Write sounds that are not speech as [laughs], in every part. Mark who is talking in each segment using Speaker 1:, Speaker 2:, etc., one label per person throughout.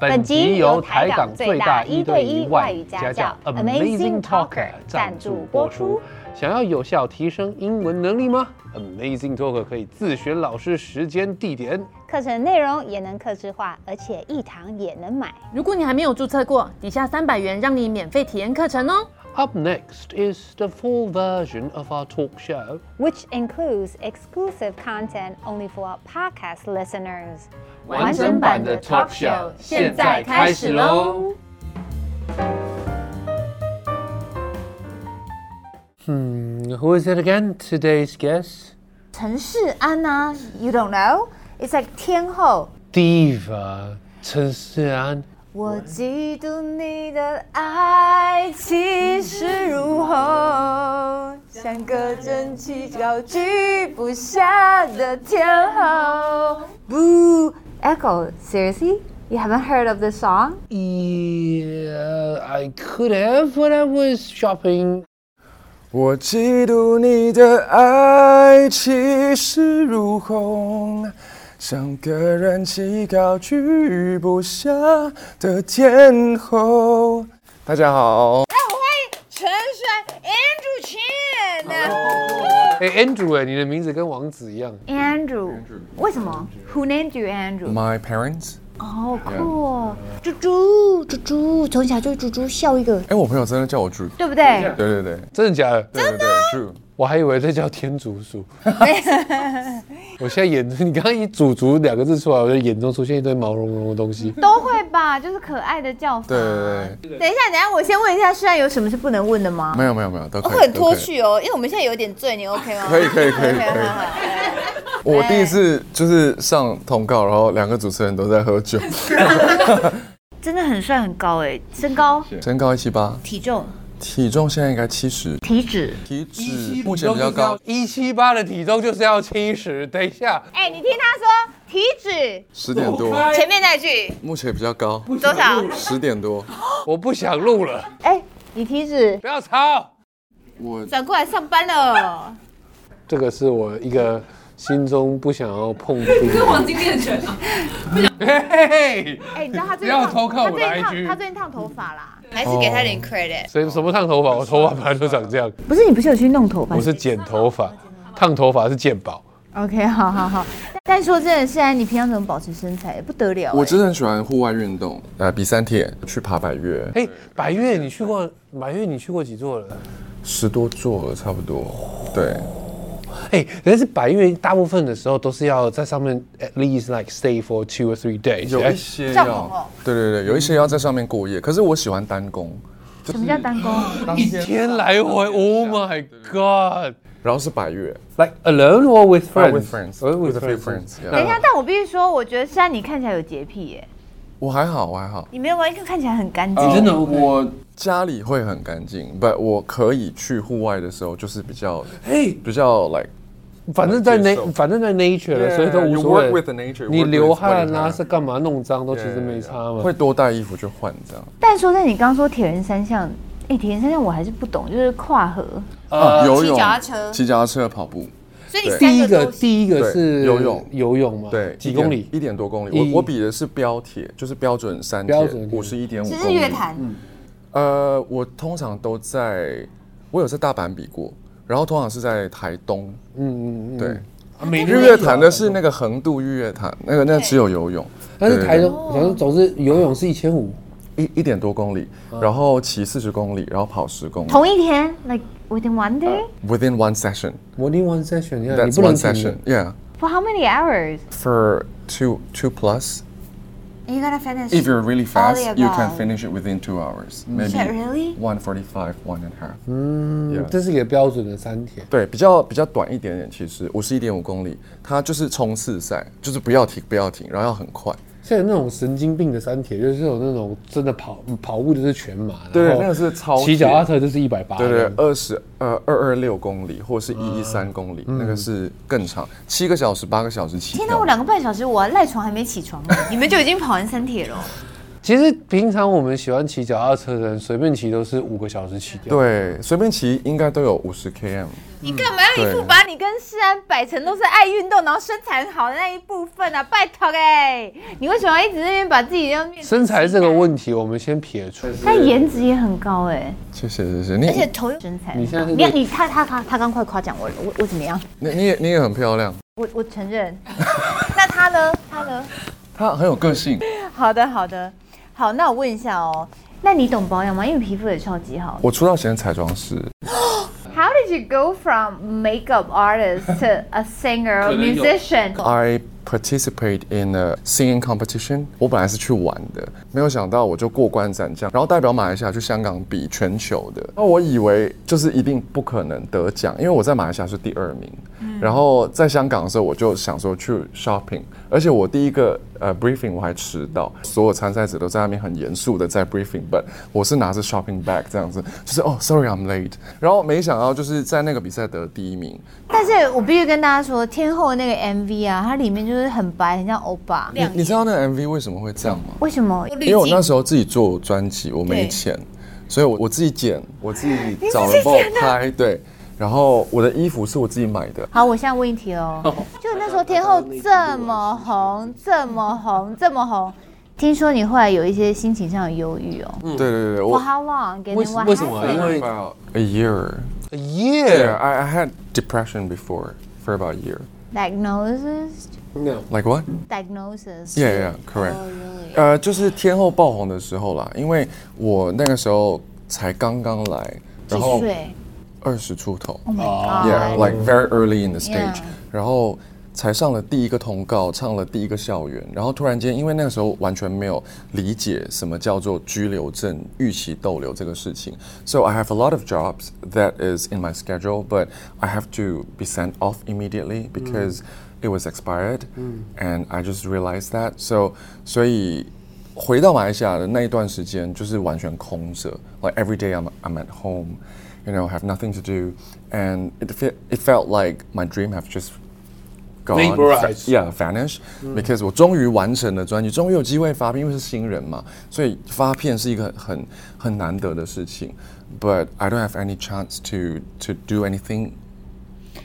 Speaker 1: 本集由台港最大一对一外语家教 Amazing Talker 赞助播出。想要有效提升英文能力吗？Amazing Talker 可以自选老师、时间、地点。
Speaker 2: 课程内容也能客制化，而且一堂也能买。
Speaker 3: 如果你还没有注册过，底下三百元让你免费体验课程哦。
Speaker 1: Up next is the full version of our talk show.
Speaker 2: which includes exclusive content only for podcast listeners.
Speaker 3: 完整版的 talk show 现在开始喽！
Speaker 1: Hmm, who is it again? Today's guest,
Speaker 4: 陈世安呐、y o u don't know? It's like 天后。
Speaker 1: Diva 陈思安。
Speaker 4: 我嫉妒你的爱气势如虹，像个争气高居不下的天后。Boo! Echo, seriously? You haven't heard of the song?
Speaker 1: Yeah, I could have when I was shopping.
Speaker 5: 我嫉妒你的爱气势如虹，像个人气高居不下的天后。大家好，
Speaker 4: 陈帅 Andrew Chen。
Speaker 1: 哎、a n d r e w 哎，你的名字跟王子一样。
Speaker 4: Andrew，为什么？Who named you Andrew？
Speaker 5: My parents，
Speaker 4: 好酷哦！猪猪猪猪，从小就猪猪笑一个，
Speaker 5: 哎、我朋友真的叫我 Drew，
Speaker 4: 对不对？
Speaker 5: 对对对，
Speaker 1: 真的假的？
Speaker 5: 对对对，Drew，
Speaker 1: 我还以为这叫天竺 [laughs] 鼠。我现在眼，你刚刚一“祖族”两个字出来，我就眼中出现一堆毛茸茸的东西。
Speaker 4: 都会吧，就是可爱的叫法。
Speaker 5: 对对对，
Speaker 6: 等一下，等一下，我先问一下，世安有什么是不能问的
Speaker 4: 啊
Speaker 6: 吗？
Speaker 5: 没有没有没有，都
Speaker 6: 我
Speaker 5: 可以，
Speaker 6: 很
Speaker 5: 都
Speaker 6: 脱
Speaker 5: 可以，
Speaker 6: 序哦，因为我们现在有点醉，你 OK 吗？
Speaker 5: 可以可以可以
Speaker 6: OK，
Speaker 5: 可以
Speaker 6: 好。好好
Speaker 5: 我第一次就是上通告，然后两个主持人都在喝酒，
Speaker 6: 真的很帅很高哎，身高、
Speaker 5: 身高一七八，
Speaker 6: 体重、
Speaker 5: 体重现在应该七十，
Speaker 6: 体脂，
Speaker 5: 体脂目前比较高，
Speaker 1: 一七八的体重就是要七十。等一下，
Speaker 6: 哎，你听他说体脂，
Speaker 5: 十点多，
Speaker 6: 前面那句
Speaker 5: 目前比较高，
Speaker 6: 多少？
Speaker 5: 十点多。
Speaker 1: 我不想录了，
Speaker 4: 哎，你体脂
Speaker 1: 不要吵。
Speaker 5: 我
Speaker 6: 转过来上班了，
Speaker 1: 这个是我一个心中不想要碰触的。黄金啊猎犬啊！ [laughs] 嘿嘿嘿，
Speaker 4: 哎，你知道他最
Speaker 1: 不要偷看我的
Speaker 4: 他最近
Speaker 1: IG
Speaker 4: 烫他最近烫头发啦。
Speaker 6: 还是给他点 credit。
Speaker 1: 谁什么烫头发？我头发本来就长这样。
Speaker 4: 不是你不是有去弄头发
Speaker 1: 我是剪头发，烫头发是鉴宝。
Speaker 4: ？OK，好好好。
Speaker 6: 但说真的，现在你平常怎么保持身材？不得了
Speaker 5: 我真的很喜欢户外运动，呃，比三铁，去爬百越，
Speaker 1: 哎，百越你去过？百越你去过几座了？
Speaker 5: 十多座了差不多。对，
Speaker 1: 哎，但是百越大部分的时候都是要在上面 at least like stay for two or three days。
Speaker 5: 有
Speaker 1: 哎
Speaker 5: 一些
Speaker 6: 帐篷哦
Speaker 5: 要，对对对，有一些要在上面过夜。可是我喜欢单攻，
Speaker 4: 什么叫单工？
Speaker 1: 一天来回，Oh my God！
Speaker 5: 然后是百越
Speaker 1: Like alone or with
Speaker 5: Oh,
Speaker 1: friends?
Speaker 5: with friends.
Speaker 1: Or
Speaker 5: With a few friends, yeah.
Speaker 6: 等一下，但我必须说，我觉得现在你看起来有洁癖耶，
Speaker 5: 我还好，我还好。
Speaker 6: 你没有关系，看起来很干净。
Speaker 1: 你真的 OK
Speaker 5: 我家里会很干净，不，我可以去户外的时候就是比较
Speaker 1: 嘿，
Speaker 5: 比较 like
Speaker 1: 反正在
Speaker 5: 接
Speaker 1: na
Speaker 5: 受
Speaker 1: 反正在 nature 了，
Speaker 5: Yeah,
Speaker 1: 所以都无
Speaker 5: you
Speaker 1: 所谓
Speaker 5: work with the
Speaker 1: [laughs]
Speaker 5: nature,
Speaker 1: 你
Speaker 5: work with
Speaker 1: 流汗
Speaker 5: what
Speaker 1: 啊
Speaker 5: you have.
Speaker 1: 是干嘛弄脏都其实没差嘛。
Speaker 5: 会多带衣服去换这样。
Speaker 6: 但说真的，你刚刚说铁人三项，哎，铁人三项我还是不懂，就是跨河。
Speaker 5: 啊，游泳
Speaker 6: 骑脚踏车
Speaker 5: 骑脚踏车、跑步，
Speaker 3: 呃
Speaker 6: 所以你
Speaker 1: 呃第一
Speaker 6: 三
Speaker 1: 个
Speaker 6: 都
Speaker 1: 第一个是
Speaker 5: 对游泳
Speaker 1: 游泳嘛？
Speaker 5: 对，
Speaker 1: 哦几
Speaker 5: 一点
Speaker 1: 公里？
Speaker 5: 一点多公里。
Speaker 1: 一
Speaker 5: 我我比的是标铁，就是标准三铁
Speaker 1: 标准，
Speaker 5: 五十一点五。
Speaker 6: 是日月潭，
Speaker 3: 嗯
Speaker 5: 呃，我通常都在，我有在大阪比过，然后通常是在台东。
Speaker 1: 嗯嗯嗯，
Speaker 5: 对，
Speaker 1: 啊每
Speaker 5: 日月潭的是那个横渡日月潭，那个那个只有游泳，
Speaker 1: 但是
Speaker 5: 对
Speaker 1: 台
Speaker 6: 哦
Speaker 1: 中，反正总之游泳是一千五，
Speaker 5: 一一点多公里，
Speaker 1: 嗯
Speaker 5: 然后骑四十公里，然后跑十公里。呃
Speaker 6: 同一天，like within one day
Speaker 5: Within one session,
Speaker 1: 我另外再选一下，你
Speaker 5: that's
Speaker 1: 不能
Speaker 5: one
Speaker 1: 停
Speaker 5: session.
Speaker 1: 的。
Speaker 5: Yeah,
Speaker 6: for how many hours？
Speaker 5: for two two plus.
Speaker 6: You gotta finish.
Speaker 5: If you're really
Speaker 6: All
Speaker 5: fast,
Speaker 6: the
Speaker 5: you can
Speaker 6: above.
Speaker 5: finish it within two hours, maybe
Speaker 6: Shit, really?
Speaker 5: one forty-five, one and a half.
Speaker 1: 嗯
Speaker 5: Yeah
Speaker 1: 这是一个标准的三铁。
Speaker 5: 对，比较比较短一点点，其实五十一点五公里，它就是冲刺赛，就是不要停，不要停，然后要很快。
Speaker 1: 现在那种神经病的三铁，就是有那种真的跑跑步就是全马，
Speaker 5: 对
Speaker 1: 然后
Speaker 5: 那个是超铁
Speaker 1: 骑脚踏车就是一百八，
Speaker 5: 对对，二十呃二二六公里或者是一一三公里，那个是更长，七个小时八个小时
Speaker 3: [laughs]
Speaker 5: 起跳。
Speaker 6: 哦
Speaker 3: 嗯
Speaker 6: 天哪，我两个半小时，我赖床还没起床呢，你们就已经跑完三铁了。
Speaker 1: 其实平常我们喜欢骑脚踏车的人，随便骑都是五个小时起掉。
Speaker 5: 对，随便骑应该都有五十 km。
Speaker 4: 你干嘛要一副
Speaker 5: 对
Speaker 4: 把你跟世安摆成都是爱运动，然后身材很好的那一部分啊？拜托哎、你为什么要一直在那边把自己要面
Speaker 1: 身材这个问题，我们先撇除。
Speaker 6: 但颜值也很高哎，
Speaker 5: 谢谢谢谢
Speaker 4: 而且
Speaker 5: 你，
Speaker 4: 头又
Speaker 6: 身材
Speaker 1: 你现在是
Speaker 6: 你看你他他他他刚快夸奖我了，我我怎么样？
Speaker 5: 你你也你也很漂亮，
Speaker 6: 我我承认，
Speaker 4: 那他呢？他呢？
Speaker 5: 她很有个性。
Speaker 4: 好的好的，好，那我问一下哦
Speaker 6: 那你懂保养吗？因为皮肤也超级好。
Speaker 5: 我出道前是彩妆师，
Speaker 6: How did you go from makeup artist to a singer,
Speaker 1: [laughs]
Speaker 6: or
Speaker 1: 可能有
Speaker 6: musician？
Speaker 5: I participate in a singing competition。我本来是去玩的，没有想到我就过关斩将，然后代表马来西亚去香港比全球的。那我以为就是一定不可能得奖，因为我在马来西亚是第二名。然后在香港的时候，我就想说去 shopping，而且我第一个呃 briefing 我还迟到，所有参赛者都在那边很严肃的在 briefing，but 我是拿着 shopping bag 这样子，就是哦、s o r r y I'm late。然后没想到就是在那个比赛得第一名，
Speaker 6: [laughs] 但是我必须跟大家说，天后的那个 MV 啊，它里面就是很白，很像欧巴。
Speaker 5: 你你知道那个 MV 为什么会这样吗？
Speaker 6: 为什么？
Speaker 5: 因为我那时候自己做专辑，我没钱，所以我我自己剪，我自己找人帮我拍，对。然后我的衣服是我自己买的，
Speaker 6: 好，我现在问一
Speaker 1: [laughs]
Speaker 6: 题哦。就那时候天后这么红，这么红，这么红，听说你后来有一些心情上的忧郁哦。
Speaker 4: 嗯
Speaker 5: 对对对，
Speaker 6: For
Speaker 5: 我
Speaker 6: how long？给
Speaker 1: 为
Speaker 6: 你
Speaker 1: 什
Speaker 6: 挖
Speaker 1: 为什么啊
Speaker 5: I
Speaker 1: 因
Speaker 5: had
Speaker 1: 为
Speaker 5: about a year. Yeah,
Speaker 1: Yeah，
Speaker 5: I, I had depression before for about a year.
Speaker 6: diagnosis
Speaker 5: Like what?
Speaker 6: diagnosis
Speaker 5: Yeah, yeah, correct.
Speaker 6: Oh,
Speaker 5: 呃，就是天后爆红的时候啦，因为我那个时候才刚刚来，然
Speaker 6: 几
Speaker 5: 后
Speaker 6: 岁
Speaker 5: 二十出头。
Speaker 6: ？Oh my god！
Speaker 5: Yeah, like very early in the stage.
Speaker 6: Yeah.
Speaker 5: 然后才上了第一个通告，唱了第一个校园，然后突然间，因为那个时候完全没有理解什么叫做居留证、预期逗留这个事情，so I have a lot of jobs that is in my schedule, but I have to be sent off immediately because it was expired, and I just realized that. So 所以回到马来西亚的那一段时间，就是完全空着，like every day I'm I'm at home, you know, have nothing to do, and it fe- it felt like my dream have just gone,
Speaker 1: Vaporized.
Speaker 5: yeah, vanish, because 我终于完成了专辑，终于有机会发片，因为是新人嘛，所以发片是一个很很很难得的事情，but I don't have any chance to to do anything,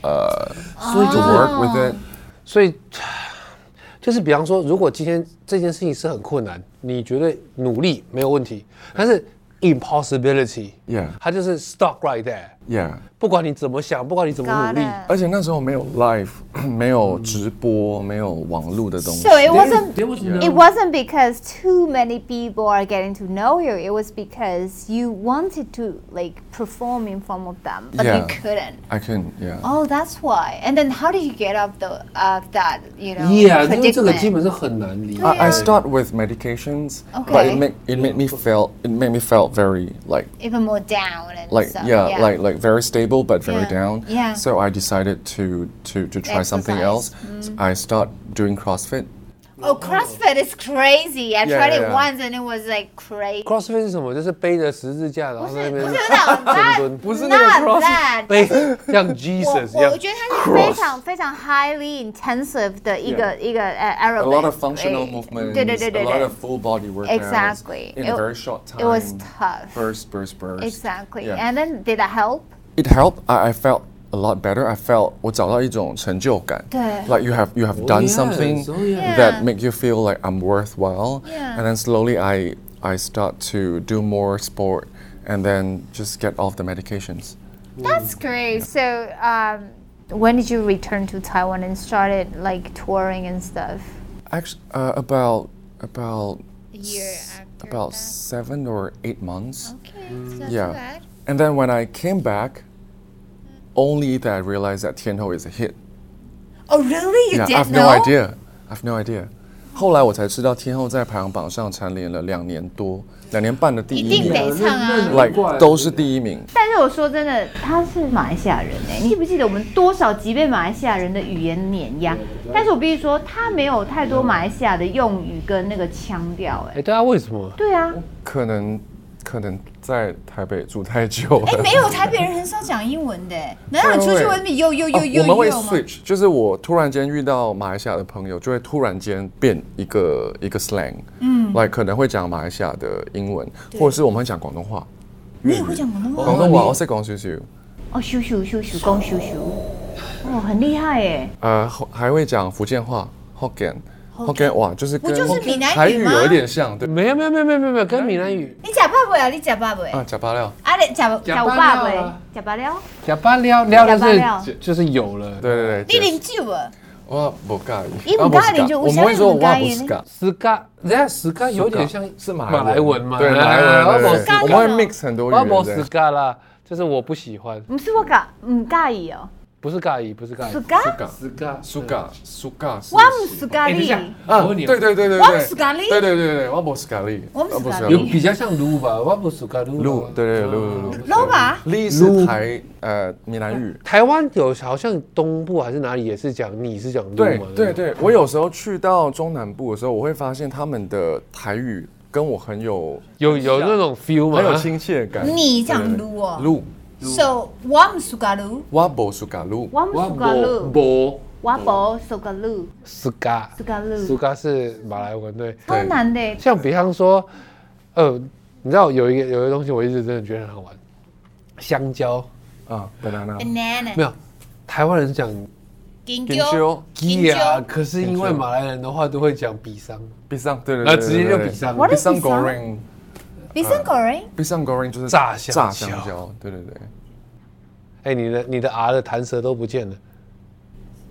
Speaker 5: uh,
Speaker 1: 所以就
Speaker 5: to
Speaker 1: 是
Speaker 5: work with it.
Speaker 1: 所以 [sighs] 就是比方说，如果今天这件事情是很困难，你觉得努力没有问题，但是 impossibility，
Speaker 5: Yeah.
Speaker 1: 它就是 stop right there。
Speaker 5: Yeah.
Speaker 1: 不管你怎么想，不管你怎么努力
Speaker 6: Got it
Speaker 5: 而且那时候没有 live，没 [clears throat] 有直播，没有网络的东西。
Speaker 4: ，so it wasn't
Speaker 1: There was
Speaker 4: It wasn't because too many people are getting to know you. It was because
Speaker 6: You wanted to like perform in front of them, but
Speaker 5: Yeah.
Speaker 6: you couldn't.
Speaker 5: I can, yeah.
Speaker 6: Oh, that's why. And then how did you get out of the out of that? You know,
Speaker 1: Yeah，因为这个
Speaker 6: predicament?
Speaker 1: 基本是很难理解。啊哎
Speaker 5: I, I start with medications, but
Speaker 6: Okay.
Speaker 5: it make it made me felt it made me felt very like
Speaker 6: even more down and
Speaker 5: like
Speaker 6: stuff.
Speaker 5: yeah, like like very stable but very
Speaker 6: Yeah.
Speaker 5: down.
Speaker 6: Yeah.
Speaker 5: So I decided to to to try something else.
Speaker 6: Exercise. Mm.
Speaker 5: So I start doing CrossFit.
Speaker 6: Oh, CrossFit is crazy. I
Speaker 5: Yeah,
Speaker 6: tried it
Speaker 5: yeah.
Speaker 6: once and it was like crazy. [laughs]
Speaker 1: CrossFit 是什么？就是背着十字架，然后在那边
Speaker 6: 不是
Speaker 5: [laughs]
Speaker 6: 那种
Speaker 1: 深蹲，
Speaker 5: 不是那个
Speaker 6: Not
Speaker 5: CrossFit，
Speaker 6: that.
Speaker 1: 背像
Speaker 6: 我
Speaker 1: Jesus 一样
Speaker 6: 我。觉得它是非常非常 highly intensive 的一个一个呃 uh, aerobic
Speaker 5: a lot of functional
Speaker 6: 哎
Speaker 5: movements,
Speaker 6: 对对对
Speaker 5: a
Speaker 6: 对
Speaker 5: lot
Speaker 6: 对
Speaker 5: of full body workouts.
Speaker 6: Exactly.
Speaker 5: In
Speaker 6: It-
Speaker 5: a very short time.
Speaker 6: it was tough.
Speaker 5: Burst, burst, burst.
Speaker 6: ，exactly.
Speaker 5: Yeah.
Speaker 6: And then did that help?
Speaker 5: it helped. I, I felt a lot better. I felt 我找到一种成就感。
Speaker 6: 对
Speaker 5: Like you have you have done
Speaker 1: yes,
Speaker 5: something
Speaker 1: oh yeah.
Speaker 5: that
Speaker 6: Yeah.
Speaker 5: make you feel like I'm worthwhile.
Speaker 6: Yeah.
Speaker 5: And then slowly I I start to do more sport and then just get off the medications.
Speaker 6: That's great. So, um, when did you return to Taiwan and started like touring and stuff?
Speaker 5: Actually, uh, about about
Speaker 6: year Oh,
Speaker 5: s- about seven or eight months.
Speaker 6: Okay, so
Speaker 5: Mm. Yeah. And then when I came back, only that I realized that Tianho is a hit.
Speaker 6: Oh, really? You
Speaker 5: Yeah, I've no idea. I've no idea. 后来我才知道，天后在排行榜上蝉联了两年多、两年半的第一
Speaker 6: 一定
Speaker 5: 名
Speaker 6: 得唱啊
Speaker 5: ，like 都是第一名。
Speaker 6: 但是我说真的，他是马来西亚人哎、你记不记得我们多少集被马来西亚人的语言碾压？但是我必须说，他没有太多马来西亚的用语跟那个腔调
Speaker 1: 啊
Speaker 6: 哎、
Speaker 1: 哎，大家为什么？
Speaker 6: 对啊，
Speaker 5: 可能，可能在台北住太久了。
Speaker 6: 哎，没有，台北人很少讲英文的。欸难道你出去外面有有
Speaker 5: [laughs]
Speaker 6: 有
Speaker 5: 哦
Speaker 6: 有
Speaker 5: 我们会
Speaker 6: 有吗？
Speaker 5: switch，就是我突然间遇到马来西亚的朋友，就会突然间变一个一个 slang，嗯，like 可能会讲马来西亚的英文，或者是我们会讲广东话，
Speaker 6: 你也会讲广东话？
Speaker 5: 广东话我识讲少少，
Speaker 6: 哦，咻咻咻咻，光咻咻，哦，很厉害耶！
Speaker 5: 呃，还还会讲福建话 Hokkien。Hokkien 哇，就是跟
Speaker 6: 不就是闽南语
Speaker 5: 台语
Speaker 6: 吗
Speaker 5: 有一点像，对
Speaker 1: 没有没有没有没有没有没有，跟闽南语
Speaker 6: 你假爸爸呀？你假爸
Speaker 2: 哦
Speaker 6: 爸？
Speaker 5: 啊，假巴料，
Speaker 6: 啊，你假假爸
Speaker 1: 饱
Speaker 6: 爸
Speaker 1: 了？
Speaker 6: 假爸了？
Speaker 1: 哑巴撩撩
Speaker 6: 哑
Speaker 1: 就
Speaker 6: 巴
Speaker 1: 是
Speaker 6: 撩
Speaker 1: 就就是有了，
Speaker 5: 对对
Speaker 6: 你
Speaker 5: 对，
Speaker 6: 啉酒啊？
Speaker 5: 我不咖喱，
Speaker 6: 你不
Speaker 5: 我
Speaker 6: 咖喱就
Speaker 5: 我们会说
Speaker 6: 我想
Speaker 5: 我
Speaker 6: 你
Speaker 5: 不是
Speaker 6: 不咖喱
Speaker 5: 咖，
Speaker 1: 斯嘎，人家斯嘎有点像
Speaker 5: 是马
Speaker 1: 马来文嘛，
Speaker 5: 对马 [laughs] 来文，对对
Speaker 6: 咖
Speaker 5: 对
Speaker 6: 喱
Speaker 5: 我们会 mix 很多语
Speaker 1: 我
Speaker 5: 言
Speaker 1: 不
Speaker 5: 对
Speaker 1: 斯嘎啦，就是我不喜欢，
Speaker 6: 唔是我介，唔介意哦。
Speaker 1: 不是尬意，不是尬意
Speaker 6: 苏，咖，
Speaker 5: Suka
Speaker 1: 斯嘎
Speaker 5: 苏嘎苏嘎，
Speaker 6: 我唔是咖
Speaker 1: 哎等一下
Speaker 6: 喱，
Speaker 5: 啊，
Speaker 1: 我问你
Speaker 5: 对
Speaker 1: 哦
Speaker 5: 对对对对，
Speaker 6: 我不是咖喱
Speaker 5: 对对对对，我不是咖喱，
Speaker 6: 我不是咖喱
Speaker 1: 有比较像撸吧，我不是嘎撸吧。
Speaker 5: 路，对对路
Speaker 1: 啊
Speaker 5: 路路，
Speaker 6: 老板。
Speaker 5: 力是台呃闽南语，
Speaker 1: 台湾有好像东部还是哪里也是讲你是讲撸
Speaker 5: 对
Speaker 1: 嘛，
Speaker 5: 对
Speaker 1: 不，
Speaker 5: 对，我有时候去到中南部的时候，我会发现他们的台语跟我很有
Speaker 1: 有有那种 feel
Speaker 5: 啊很有
Speaker 1: 嘛。
Speaker 5: 亲切感。
Speaker 6: 你讲
Speaker 5: 对对对
Speaker 6: 路哦
Speaker 5: 路，
Speaker 6: So 我唔是咖喱，
Speaker 5: 我不是咖路，
Speaker 6: 我唔是咖喱，
Speaker 1: 波
Speaker 6: 我不是咖喱，
Speaker 1: 斯嘎
Speaker 6: 是咖
Speaker 1: 苏
Speaker 6: 喱，
Speaker 1: 嘎是马来文对，
Speaker 6: 超难的耶。
Speaker 1: 像比方说，呃，你知道有一个有一个东西，我一直真的觉得很好玩，香蕉
Speaker 5: 啊，banana，
Speaker 1: 没
Speaker 6: banana，
Speaker 1: 有，台湾人讲
Speaker 6: 金
Speaker 5: 香蕉
Speaker 6: 蕉，
Speaker 1: 鸡
Speaker 6: 香
Speaker 1: 啊，
Speaker 6: 蕉。
Speaker 1: 可是因为马来人的话都会讲比桑，
Speaker 5: 比上，对对
Speaker 1: 那
Speaker 5: 对，
Speaker 1: 直接就比上
Speaker 6: What
Speaker 5: 比
Speaker 6: is
Speaker 5: 上
Speaker 6: pisang？
Speaker 5: goreng，
Speaker 6: 比生果人，
Speaker 5: 比上 goreng 就是
Speaker 1: 炸香
Speaker 5: 炸
Speaker 1: 蕉
Speaker 5: 香蕉，对对对，
Speaker 1: 哎，你的你的 R 的弹舌都不见了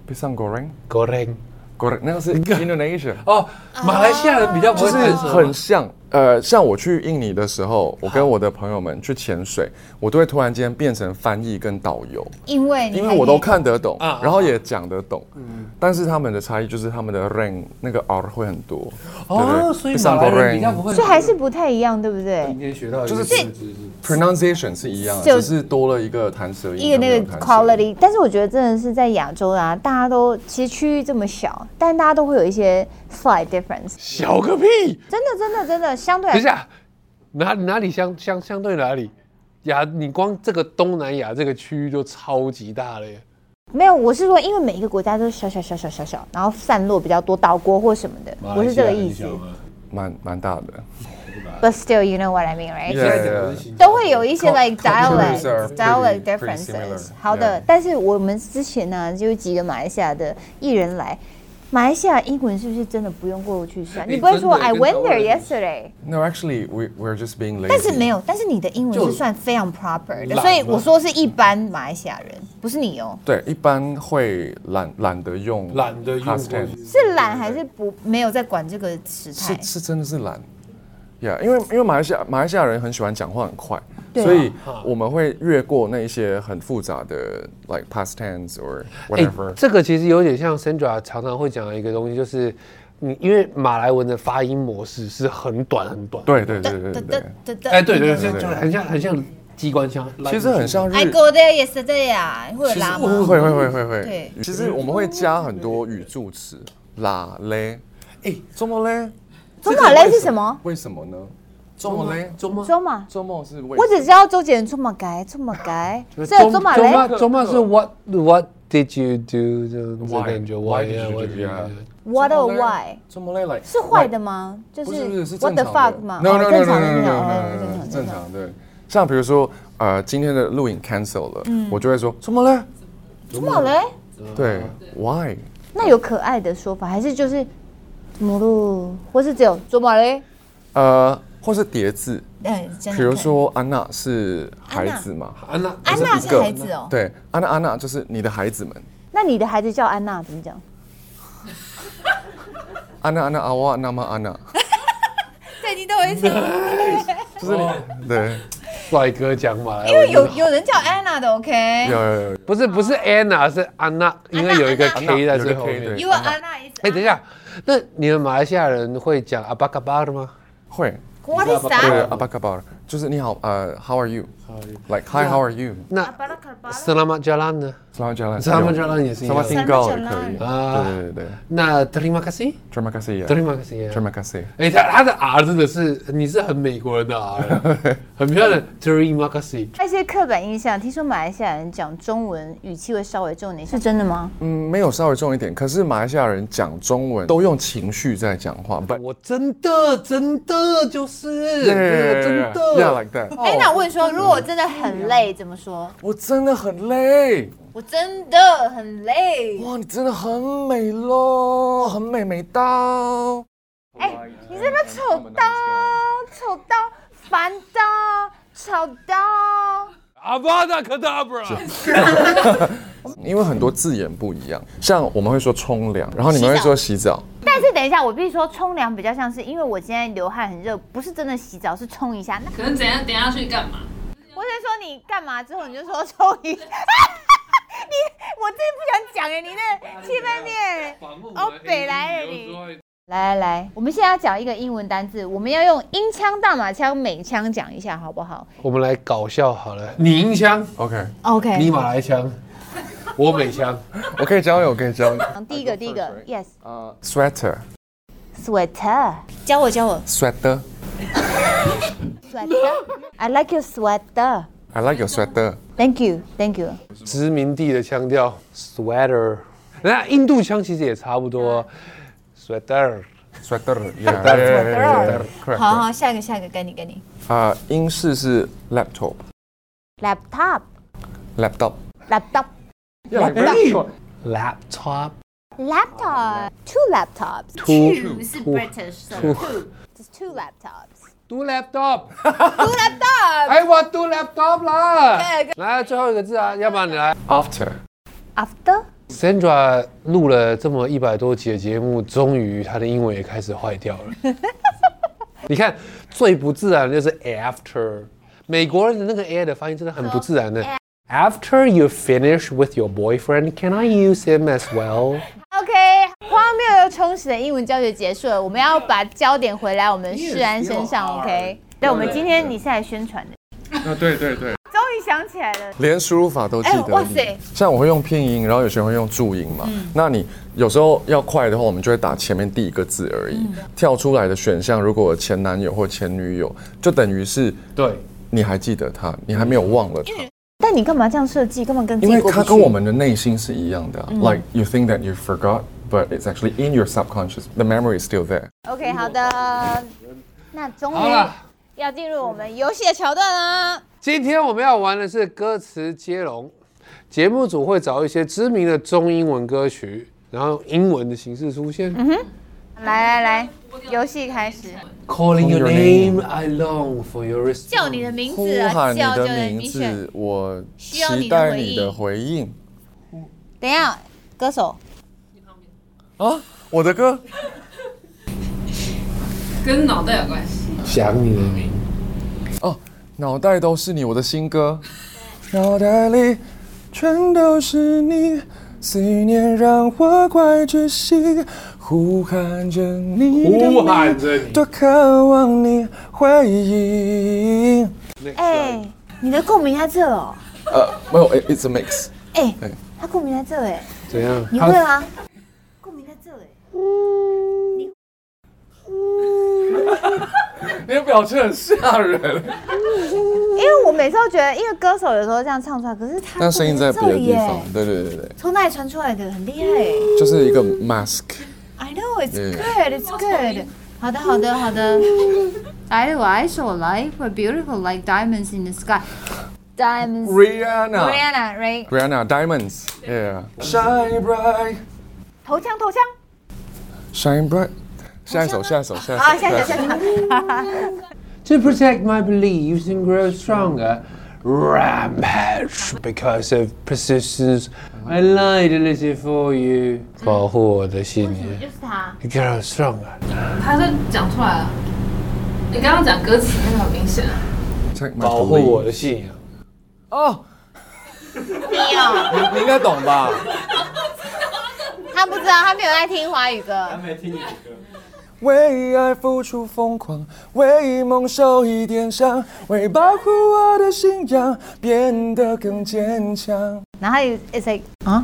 Speaker 5: 比上 goreng。
Speaker 1: ，goreng
Speaker 5: Goreng 那个是 Indonesia，
Speaker 1: 哦，马来西亚人比较不
Speaker 5: 就是
Speaker 1: 会弹舌
Speaker 5: 很像。呃，像我去印尼的时候，我跟我的朋友们去潜水，我都会突然间变成翻译跟导游，
Speaker 6: 因为你
Speaker 5: 因为我都
Speaker 6: 看
Speaker 5: 看得懂
Speaker 1: 啊啊，嗯
Speaker 5: 然后也讲得懂。但是他们的差异就是他们的 rain 那个 r 会很多。对
Speaker 1: 哦，
Speaker 5: 对
Speaker 1: 所以马来人比较不会，
Speaker 2: 所以还是不太一样，对不对
Speaker 1: 今？天学到
Speaker 5: 就是
Speaker 1: 是
Speaker 5: pronunciation 是一样的，
Speaker 2: 就
Speaker 5: 只是多了一个弹舌音，
Speaker 2: 一个那
Speaker 5: 他
Speaker 2: 个
Speaker 5: 们有弹舌音。
Speaker 2: quality，但是我觉得真的是在亚洲啊，大家都其实区域这么小，但大家都会有一些 slight difference。
Speaker 1: 小个屁，
Speaker 2: 真的，真的，真的，相对
Speaker 1: 等
Speaker 2: 来
Speaker 1: 一下，哪哪里相相相对哪里？亚，你光这个东南亚这个区域就超级大了耶！
Speaker 2: 没有，我是说，因为每一个国家都是小小小小小小，然后散落比较多，岛国或什么的，我是这个意思。
Speaker 5: 蛮蛮大的。
Speaker 2: But still, you know what I mean, right?
Speaker 5: Yeah,
Speaker 1: 现在讲的是新疆
Speaker 2: 都会有一些
Speaker 5: Cul-
Speaker 2: like
Speaker 5: cultures are
Speaker 2: dialect dialect
Speaker 5: pretty- pretty similar,
Speaker 2: differences。好的
Speaker 5: yeah.，
Speaker 2: 但是我们之前呢，就有几个马来西亚的艺人来，马来西亚英文是不是真的不用过去算？你不会说
Speaker 1: 真的
Speaker 2: I
Speaker 1: 跟台湾
Speaker 2: wonder
Speaker 1: 人
Speaker 2: yesterday，
Speaker 5: No, actually, we we're just being lazy.
Speaker 2: 但是没有，但是你的英文
Speaker 1: 就是
Speaker 2: 算非常 proper 的，
Speaker 1: 懒
Speaker 2: 所以
Speaker 1: 嘛
Speaker 2: 我说是一般马来西亚人，不是你哦，
Speaker 5: 对，一般会懒懒得用，
Speaker 1: 懒得用
Speaker 5: past tense
Speaker 2: 是懒还是不没有在管这个时态
Speaker 5: 是？是真的是懒。Yeah，因为因为马来西亚马来西亚人很喜欢讲话很快，
Speaker 2: 对啊
Speaker 5: 所以我们会越过那一些很复杂的 like past tense or
Speaker 1: 哎、
Speaker 5: whatever。
Speaker 1: 这个其实有点像 Sandra 常常会讲的一个东西，就是你因为马来文的发音模式是很短很短，，
Speaker 5: 对对
Speaker 6: 哒
Speaker 5: 对对对
Speaker 6: 哒哒
Speaker 5: 对，
Speaker 6: 哒哒。
Speaker 1: 哎、对对
Speaker 5: 对
Speaker 1: 对，
Speaker 5: 对
Speaker 1: 就很像很像机关枪，
Speaker 5: 其实很像日。
Speaker 6: I go there yesterday 啊，会有拉
Speaker 5: 会
Speaker 6: 吗？
Speaker 5: 会会会会。
Speaker 6: 对
Speaker 5: 其实我们会加很多语助词，啦嘞，哎，周末嘞，
Speaker 2: 中马嘞是什么？
Speaker 5: 为什么呢？周末嘞，
Speaker 1: 中吗？
Speaker 2: 中马，
Speaker 5: 周末是为
Speaker 2: 我
Speaker 5: 什
Speaker 2: 只
Speaker 5: 么
Speaker 2: 知道周杰伦中马改，中马
Speaker 5: [laughs]
Speaker 2: 改，这有中马
Speaker 1: 中
Speaker 2: 嘞。
Speaker 1: 吗？中吗是 What What did you do？这种
Speaker 5: Why？
Speaker 1: 感觉
Speaker 5: Why
Speaker 1: Why
Speaker 5: did you
Speaker 1: yeah,
Speaker 5: do
Speaker 1: what did you
Speaker 5: that？
Speaker 1: do？
Speaker 2: What
Speaker 5: 周
Speaker 2: a
Speaker 5: 末嘞
Speaker 2: why？
Speaker 5: 周末嘞，like
Speaker 2: 是坏的吗？就
Speaker 5: 不是不是是
Speaker 2: what
Speaker 5: 正
Speaker 2: the
Speaker 5: 常
Speaker 2: fuck
Speaker 5: 的
Speaker 2: 吗
Speaker 5: No
Speaker 2: 哦
Speaker 5: no no
Speaker 2: 正
Speaker 5: no
Speaker 2: 常
Speaker 5: no
Speaker 2: 的
Speaker 5: no
Speaker 2: 那
Speaker 5: no
Speaker 2: 哦
Speaker 5: no
Speaker 2: 正
Speaker 5: no
Speaker 2: 常
Speaker 5: 正常对。像比如说呃今天的录影 cancel 了，
Speaker 2: 嗯
Speaker 5: 我就会说怎么了？
Speaker 2: 怎么嘞？
Speaker 5: 对，Why？
Speaker 2: 那有可爱的说法，还是就是怎么了，或是只有怎么嘞？
Speaker 5: 呃，或是叠字，
Speaker 6: 嗯，真的。
Speaker 5: 比如，说安娜是孩子嘛，
Speaker 1: 安娜，
Speaker 6: 安娜是孩子哦，
Speaker 5: 对，安娜安娜就是你的孩子们，
Speaker 2: 那你的孩子叫安娜怎么讲？
Speaker 5: 安娜安娜阿哇那么安
Speaker 6: [laughs]
Speaker 5: 娜，
Speaker 6: 对，你懂我意思。
Speaker 5: 就是对，
Speaker 1: 帅哥讲马来文，
Speaker 6: 因为有有人叫 Anna 的，OK。
Speaker 5: 有有有
Speaker 1: 不是不是 Anna 是安娜，因为有一个 K 在最后
Speaker 5: 有一个
Speaker 1: 面
Speaker 5: K，对。
Speaker 6: You are Anna is。
Speaker 1: 哎，等一，下，那你们马来西亚人会讲阿巴嘎巴的吗？
Speaker 5: 会，
Speaker 6: What is
Speaker 5: 对
Speaker 6: that？
Speaker 5: 阿巴卡巴，就是你好，呃，How are you？
Speaker 1: How are you？
Speaker 5: Like hi, how are you？
Speaker 1: 那 Selamat Jalan 呢
Speaker 5: Selamat jalan.
Speaker 1: ？Selamat Jalan 也是一样
Speaker 5: Selamat。tinggal 也可以。
Speaker 1: 啊
Speaker 5: 对对对对
Speaker 1: 那 Terima kasih，Terima
Speaker 5: ，Terima kasih 呀
Speaker 1: kasih 呀。
Speaker 5: ，Terima kasih。
Speaker 1: 哎，他他的 R 真的是，你是很美国人的
Speaker 5: [laughs]
Speaker 1: R，很漂亮。Terima kasih。
Speaker 6: 那些刻板印象，听说马来西亚人讲中文语气会稍微重一点，是真的吗？
Speaker 5: 嗯，没有稍微重一点，可是马来西亚人讲中文都用情绪在讲话，but
Speaker 1: 我真的真的就是，真
Speaker 5: yeah
Speaker 1: 的
Speaker 5: like that。
Speaker 6: 哎，那我问说，如果我真的很累，怎么说？
Speaker 5: 我真的很累，
Speaker 6: 我真的很累。
Speaker 5: 哇，你真的很美喽，很美美到。
Speaker 6: 你这个丑到丑到烦到吵到，
Speaker 1: ，Avada Kedavra。
Speaker 5: 因为很多字眼不一样，像我们会说冲凉，然后你们会说洗澡，
Speaker 6: 但是等一下，我必须说冲凉比较像是，因为我今天流汗很热，不是真的洗澡，是冲一下。那
Speaker 3: 可能怎样？等一下去干嘛？
Speaker 6: 我是说你干嘛之后你就说冲一下， [laughs] 你我真的不想讲哎，你那气氛面。哦北来了你来来来，我们现在要讲一个英文单字，我们要用英腔、大马腔、美腔讲一下，好不好
Speaker 1: 我们来搞笑好了，你英腔，
Speaker 5: OK，
Speaker 1: 你
Speaker 6: ？OK。
Speaker 1: 马来腔，我美腔。
Speaker 5: 我可以教你，我可以教你。
Speaker 6: 嗯第一个，第一个，Yes。
Speaker 5: 呃，sweater，sweater，
Speaker 6: Sweater，教我教我。Sweater，I like your sweater。
Speaker 5: I like your sweater.
Speaker 6: Thank you, thank you。
Speaker 1: 殖民地的腔调，sweater。那印度腔其实也差不多，sweater。
Speaker 5: Sweater, yeah, yeah, yeah, yeah, yeah, correct.
Speaker 6: 好好，下一个下一个，该你该你。
Speaker 5: 啊，英式是 laptop,
Speaker 6: Laptop,
Speaker 5: laptop.
Speaker 6: laptop,
Speaker 5: Yeah, like laptop.
Speaker 1: laptop
Speaker 6: laptop, two laptops,
Speaker 1: two
Speaker 3: 是 British，
Speaker 6: just two laptops.
Speaker 1: two laptop。
Speaker 6: Two laptops.
Speaker 1: 哎，我 do laptop 啦。来，最后一个字啊，要不然你来。
Speaker 5: After,
Speaker 6: After
Speaker 1: Sandra 录了这么一百多集的节目，终于她的英文也开始坏掉
Speaker 6: [laughs]
Speaker 1: 了。你看，最不自然的就是 after，美国人的那个 a 的发音真的很不自然的。After
Speaker 6: Oh,
Speaker 1: you finish with your boyfriend, can I use him as well？
Speaker 6: OK，荒谬又充实的英文教学结束了，我们要把焦点回来我们世安身上。OK，对，我们今天你是来宣传的，
Speaker 5: 啊，对对对，
Speaker 6: 终于想起来了。
Speaker 5: 连输入法都记
Speaker 6: 哎哇
Speaker 5: 得
Speaker 6: 塞嗯
Speaker 5: 你。像我会用拼音，然后有些人会用注音嘛。那你有时候要快的话，我们就会打前面第一个字而
Speaker 6: 嗯
Speaker 5: 已。跳出来的选项，如果有前男友或前女友，就等于是
Speaker 1: 对，
Speaker 5: 你还记得他，你还没有忘了他。
Speaker 6: 但你干嘛这样设计？干嘛跟自
Speaker 5: 因
Speaker 6: 己
Speaker 5: 为
Speaker 6: 过
Speaker 5: 它
Speaker 6: 不
Speaker 5: 跟我
Speaker 6: 去？
Speaker 5: 们的内心是一样的啊、l i k e you think that you forgot, but it's actually in your subconscious. The memory is still there.
Speaker 6: OK，好的。那终
Speaker 1: 好
Speaker 6: 于
Speaker 1: 了，
Speaker 6: 要进入我们游戏的桥段啦。
Speaker 1: 今天我们要玩的是歌词接龙，节目组会找一些知名的中英文歌曲，然后用英文的形式出现。
Speaker 6: 嗯来来来，游戏开始，
Speaker 1: Calling your
Speaker 5: your
Speaker 1: name, I long for your response。
Speaker 6: 叫你的名
Speaker 5: 呼
Speaker 6: 字啊，
Speaker 5: 喊你
Speaker 6: 叫叫
Speaker 5: 的
Speaker 6: 你的
Speaker 5: 名
Speaker 6: 名字。
Speaker 5: 字，我
Speaker 6: 需要你
Speaker 5: 期
Speaker 6: 的
Speaker 5: 待
Speaker 6: 回
Speaker 5: 你的
Speaker 6: 应
Speaker 5: 回应
Speaker 6: 等一下，歌手，
Speaker 5: 啊！我的歌，
Speaker 3: 跟脑袋有关系。
Speaker 1: 想你的名。
Speaker 5: 哦，脑袋都是你，我的新歌，脑袋里全都是你，思念让我快窒息，呼喊着你的名，
Speaker 1: 呼喊着你
Speaker 5: 多渴望你回应。
Speaker 6: 哎，你的共鸣在这哦，
Speaker 5: 呃，没有，it-，it's a mix。
Speaker 6: 哎
Speaker 5: 对，
Speaker 6: 他共鸣在这哎，
Speaker 1: 怎样？
Speaker 6: 你会吗？共鸣在这哎。
Speaker 5: 你的表情很吓人，
Speaker 6: 因为我每次都觉得，因为歌手有时候这样唱出来，可是他
Speaker 5: 但声音在别的地
Speaker 6: 共鸣在这里耶，
Speaker 5: 方。对对对对，
Speaker 6: 从哪里传出来的？很厉害耶
Speaker 5: 就是一个 mask。
Speaker 6: I know it's
Speaker 5: Yeah.
Speaker 6: good, it's good. 好的，好的，好的。I I saw life were beautiful like diamonds in the sky. Diamonds.
Speaker 5: Rihanna。
Speaker 6: Rihanna, right?
Speaker 5: Rihanna Diamonds。Yeah。Shine bright。
Speaker 6: 头枪，头枪。
Speaker 5: Shine bright。下一首，下一首，下一首。
Speaker 6: 啊，下一首，下一首。
Speaker 1: [laughs] To protect my beliefs and grow stronger, rampage because of persistence. I lied a little for you，保护我的信念
Speaker 6: 就是他。
Speaker 1: ，grow stronger。
Speaker 3: 他就讲出来了。你刚刚讲歌词那个很明显啊，
Speaker 5: Take my
Speaker 1: 保护我的信仰。 [laughs]
Speaker 5: 哦。Oh! 你你应该懂吧？
Speaker 6: 他不知道，他没有在听华语歌。
Speaker 5: 为爱付出疯狂，为梦受一点伤，为保护我的信仰变得更坚强。
Speaker 6: 然后他也 it's like 啊，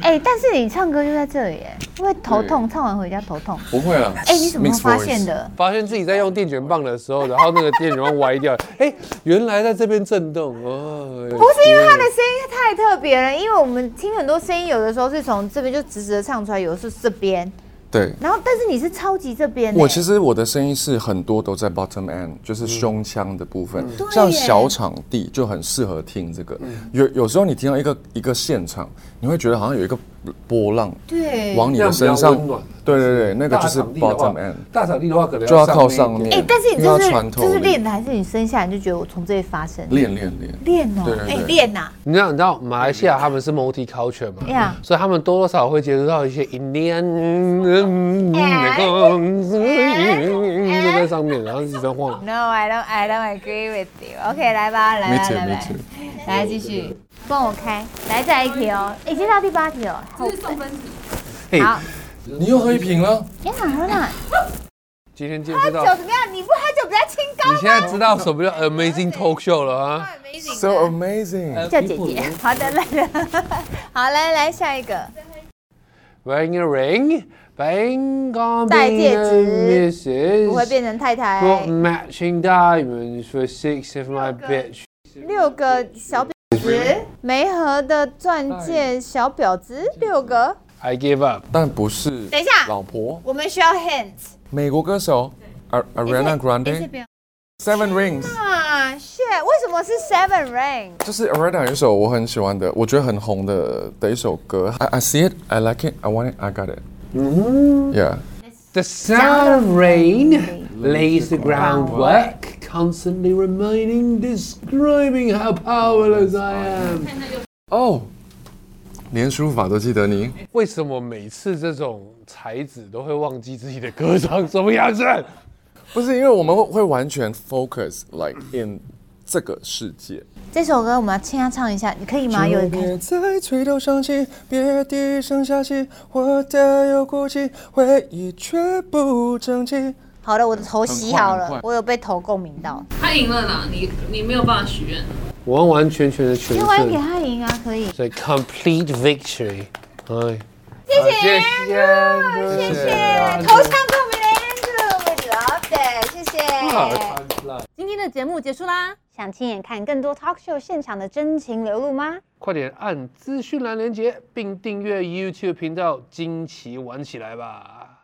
Speaker 6: 哎、但是你唱歌就在这里，哎，会不会头痛？唱完回家头痛？
Speaker 5: 不会啊，
Speaker 6: 哎、你怎么发现？的？
Speaker 1: 发现自己在用电卷棒的时候，然后那个电卷棒歪掉，哎，原来在这边震动哦。不
Speaker 6: 不是因为他的声音太特别了，因为我们听很多声音，有的时候是从这边就直直的唱出来，有的是这边，
Speaker 5: 对，
Speaker 6: 然后但是你是超级这边的，
Speaker 5: 我其实我的声音是很多都在 bottom end，就是
Speaker 1: 嗯
Speaker 5: 胸腔的部分，像小场地就很适合听这个。
Speaker 1: 嗯
Speaker 5: 有有时候你听到一个一个现场，你会觉得好像有一个波浪
Speaker 6: 对。
Speaker 5: 往你的身
Speaker 1: 这样
Speaker 5: 上
Speaker 1: 比较温暖，
Speaker 5: 对对对，那个
Speaker 1: 大
Speaker 5: 就是
Speaker 1: 场地的
Speaker 5: bottom
Speaker 1: 话
Speaker 5: end。，
Speaker 1: 大场地的话可能
Speaker 5: 就要靠上
Speaker 1: 一
Speaker 5: 面
Speaker 1: 点
Speaker 6: 哎、但是你
Speaker 5: 因为要
Speaker 6: 这是
Speaker 5: 穿透
Speaker 6: 这是
Speaker 5: 力
Speaker 6: 练的，还是你生下来就觉得我从这里发声？
Speaker 5: 练练练，
Speaker 6: 练哦
Speaker 5: 对，对
Speaker 6: 哎
Speaker 5: 对
Speaker 6: 练呐，
Speaker 1: 你知道，你知道马来西亚他们是 multi culture
Speaker 5: 嗯
Speaker 1: 嘛
Speaker 6: Yeah
Speaker 1: 所以他们多多少少会接触到一些 Indian 就在上面，然后一直在晃。
Speaker 6: No, I don't. I don't agree with you. OK，来吧，来
Speaker 5: Me
Speaker 6: 吧，
Speaker 5: too,
Speaker 6: 来
Speaker 5: me
Speaker 6: 吧，
Speaker 5: too
Speaker 6: 来继续，帮我开。来，再来一题哦，已经到第八题了。
Speaker 3: 这是送分题。
Speaker 1: 嘿，
Speaker 6: 好
Speaker 5: 你又喝一瓶了？
Speaker 6: 呀，好啦，
Speaker 1: 今天见识到
Speaker 6: 酒，怎么样？你不喝酒比较清高
Speaker 1: 你现在知道什么叫 amazing talk show 了啊？
Speaker 5: So
Speaker 1: 呃
Speaker 5: amazing！
Speaker 6: 叫姐姐。好的，来了。 [laughs] 好，来来下一个。
Speaker 1: Wearing a ring, bang on
Speaker 6: 戴戒指
Speaker 1: misses，
Speaker 6: 不会变成太太。哎
Speaker 1: Got matching diamonds for six of
Speaker 6: Oh
Speaker 1: my bitch。
Speaker 6: 六个小婊子，梅河的钻戒小婊子六个。
Speaker 1: I give up。
Speaker 5: 但不是。
Speaker 6: 等一下
Speaker 5: 老婆，
Speaker 6: 我们需要 hints。
Speaker 5: 美国歌手 Ar- Ariana Grande，Seven Rings，
Speaker 6: 啊，shit！为什么是 Seven Ring？
Speaker 5: 就是 Ariana 有一首我很喜欢的，我觉得很红的的一首歌。I I see it, I like it, I want it, I got it。Yeah，
Speaker 1: The sound of rain lays the groundwork, constantly reminding, describing how powerless I am. Oh,
Speaker 5: 哦，连书法都记得你。
Speaker 1: 为什么每次这种才子都会忘记自己的歌唱什么样子？
Speaker 5: 不是因为我们会会完全 focus like in 这个世界。
Speaker 6: 这首歌我们要亲他唱一下，你可以吗？啊有人
Speaker 5: 就别再垂头丧气，别低声下气，活得有骨气，回忆却不争气。
Speaker 6: 好了，我的头洗好
Speaker 5: 很快
Speaker 6: 了
Speaker 5: 很快，
Speaker 6: 我有被头共鸣到。
Speaker 3: 他赢了啦，你你没有办法许愿。
Speaker 1: 我完完全全的全
Speaker 6: 另外给
Speaker 1: 胜，
Speaker 6: 他赢啊，可以。
Speaker 1: 所以 complete victory。哎，谢谢，谢谢
Speaker 6: 头上共鸣的 Andrew，我 love it，谢谢。
Speaker 7: 今天的节目结束啦，
Speaker 2: 想亲眼看更多 talk show 现场的真情流露吗？
Speaker 1: 快点按资讯栏连接，并订阅 YouTube 频道，惊奇玩起来吧！